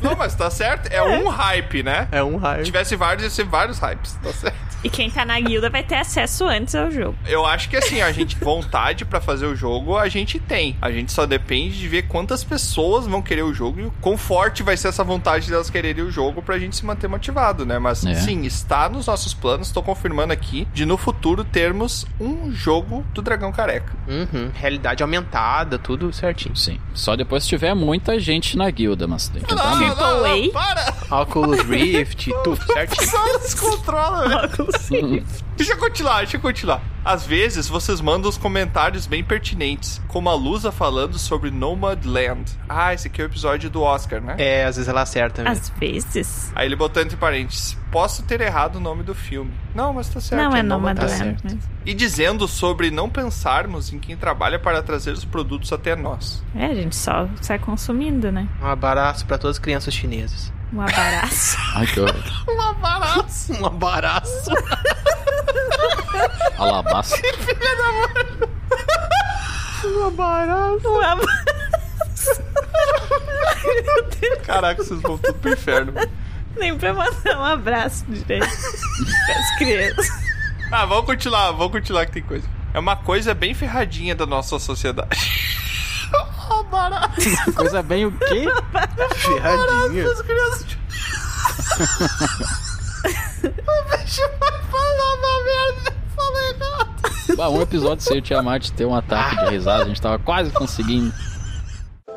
[SPEAKER 4] Não, mas tá certo. É um hype, né?
[SPEAKER 2] É um
[SPEAKER 4] Se
[SPEAKER 2] hype.
[SPEAKER 4] tivesse vários, ia ser vários hypes, tá certo?
[SPEAKER 1] E quem tá na guilda vai ter acesso antes ao jogo.
[SPEAKER 4] Eu acho que assim, a gente, vontade pra fazer o jogo, a gente tem. A gente só depende de ver quantas pessoas vão querer o jogo e o quão forte vai ser essa vontade delas quererem o jogo pra gente se manter motivado, né? Mas
[SPEAKER 3] É.
[SPEAKER 4] sim, está nos nossos planos, tô confirmando aqui, de no futuro termos um jogo do Dragão Careca.
[SPEAKER 2] Uhum, realidade aumentada, tudo certinho.
[SPEAKER 3] Sim. Só depois se tiver muita gente na guilda, mas tem que dar muito.
[SPEAKER 1] não, não, A?
[SPEAKER 4] para!
[SPEAKER 2] Oculus Rift, tudo certinho.
[SPEAKER 4] Só descontrola, velho.
[SPEAKER 1] Óculos.
[SPEAKER 4] Deixa eu continuar, deixa eu continuar. Às vezes vocês mandam os comentários bem pertinentes, como a Lusa falando sobre Nomadland. Ah, esse aqui é o episódio do Oscar, né?
[SPEAKER 2] É, às vezes ela acerta mesmo.
[SPEAKER 1] Às vezes.
[SPEAKER 4] Aí ele botou entre parênteses: Posso ter errado o nome do filme. Não, mas tá certo.
[SPEAKER 1] não é
[SPEAKER 4] Nomadland.
[SPEAKER 1] Nomadland.
[SPEAKER 2] certo.
[SPEAKER 1] mas-
[SPEAKER 4] E dizendo sobre não pensarmos em quem trabalha para trazer os produtos até nós.
[SPEAKER 1] É, a gente só sai consumindo, né?
[SPEAKER 2] Um abraço pra todas as crianças chinesas.
[SPEAKER 1] Um abraço.
[SPEAKER 3] Ai, que horror.
[SPEAKER 2] um abraço.
[SPEAKER 3] Alabasta.
[SPEAKER 2] Um abraço.
[SPEAKER 1] um abraço.
[SPEAKER 4] Caraca, vocês vão tudo pro inferno.
[SPEAKER 1] Nem pra mandar um abraço direito. As crianças.
[SPEAKER 4] Ah, vamos continuar, vamos continuar que tem coisa. É uma coisa bem ferradinha da nossa sociedade.
[SPEAKER 3] Coisa bem o quê?
[SPEAKER 2] Ferradinha.
[SPEAKER 3] Bah, um episódio sem o Tiamat ter um ataque de risada, a gente tava quase conseguindo.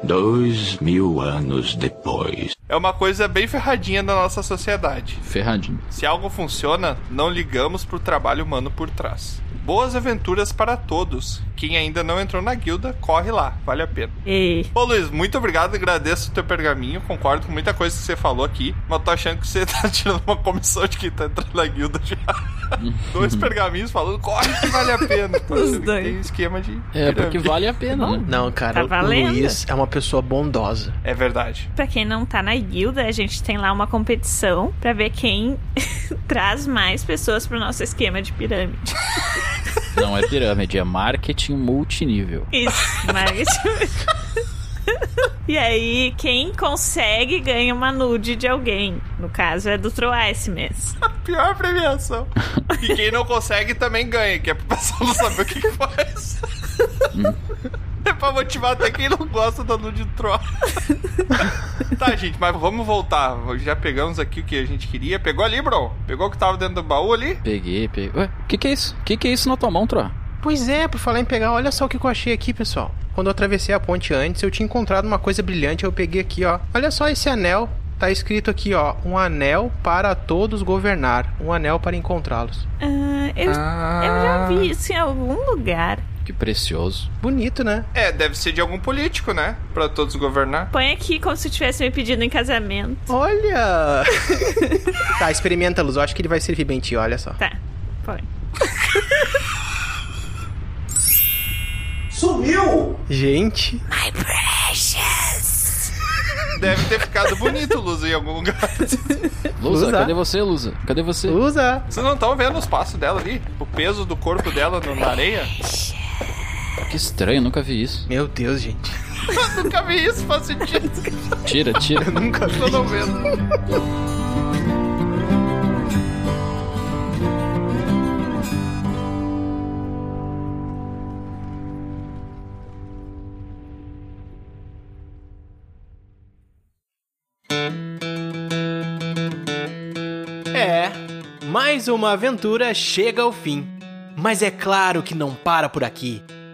[SPEAKER 6] Dois mil anos depois.
[SPEAKER 4] É uma coisa bem ferradinha da nossa sociedade.
[SPEAKER 3] Ferradinho.
[SPEAKER 4] Se algo funciona, não ligamos pro trabalho humano por trás. Boas aventuras para todos. Quem ainda não entrou na guilda, corre lá, vale a pena.
[SPEAKER 1] Ei.
[SPEAKER 4] Ô Luiz, muito obrigado, agradeço o teu pergaminho, concordo com muita coisa que você falou aqui, mas tô achando que você tá tirando uma comissão de quem tá entrando na guilda já. Dois pergaminhos falando, corre que vale a pena. Tô
[SPEAKER 1] Os
[SPEAKER 4] achando que
[SPEAKER 1] dois.
[SPEAKER 4] Tem esquema de.
[SPEAKER 3] É,
[SPEAKER 4] pirâmide.
[SPEAKER 3] porque vale a pena, né?
[SPEAKER 2] Não, cara,
[SPEAKER 1] Tá
[SPEAKER 2] o
[SPEAKER 1] valendo.
[SPEAKER 2] Luiz é uma pessoa bondosa.
[SPEAKER 4] É verdade.
[SPEAKER 1] Pra quem não tá na guilda, a gente tem lá uma competição pra ver quem traz mais pessoas pro nosso esquema de pirâmide.
[SPEAKER 3] Não é pirâmide, é marketing multinível.
[SPEAKER 1] Isso, marketing. e aí, quem consegue ganha uma nude de alguém. No caso, é do Troá esse mês.
[SPEAKER 4] Pior premiação. E quem não consegue também ganha, que é pro pessoal não saber o que, que faz. é pra motivar até quem não gosta da Lua de Troia. tá, gente, mas vamos voltar. Já pegamos aqui o que a gente queria. Pegou ali, bro? Pegou o que tava dentro do baú ali?
[SPEAKER 3] Peguei, peguei. Ué, o que, que é isso? O que, que é isso na tua mão, Troa?
[SPEAKER 2] Pois é, por falar em pegar, olha só o que eu achei aqui, pessoal. Quando eu atravessei a ponte antes, eu tinha encontrado uma coisa brilhante, eu peguei aqui, ó. Olha só esse anel. Tá escrito aqui, ó, um anel para todos governar, um anel para encontrá-los.
[SPEAKER 1] Ah, eu, eu já vi isso em algum lugar.
[SPEAKER 3] Que precioso.
[SPEAKER 2] Bonito, né?
[SPEAKER 4] É, deve ser de algum político, né? Pra todos governar.
[SPEAKER 1] Põe aqui como se tivesse me pedindo em casamento.
[SPEAKER 2] Olha! tá, experimenta, Luz. Eu acho que ele vai servir bem ti, olha só.
[SPEAKER 1] Tá, põe.
[SPEAKER 5] Sumiu!
[SPEAKER 2] Gente,
[SPEAKER 4] Deve ter ficado bonito, Luz, em algum lugar.
[SPEAKER 3] Lusa,
[SPEAKER 2] Lusa.
[SPEAKER 3] cadê você, Lusa? Cadê você?
[SPEAKER 2] usa!
[SPEAKER 4] Vocês não estão vendo os passos dela ali? O peso do corpo dela no- na areia?
[SPEAKER 3] Que estranho, nunca vi isso.
[SPEAKER 2] Meu Deus, gente.
[SPEAKER 4] Nunca vi isso, faz sentido.
[SPEAKER 3] Tira, tira.
[SPEAKER 2] Nunca vi.
[SPEAKER 4] Tô não vendo.
[SPEAKER 2] É, mais uma aventura chega ao fim. Mas é claro que não para por aqui.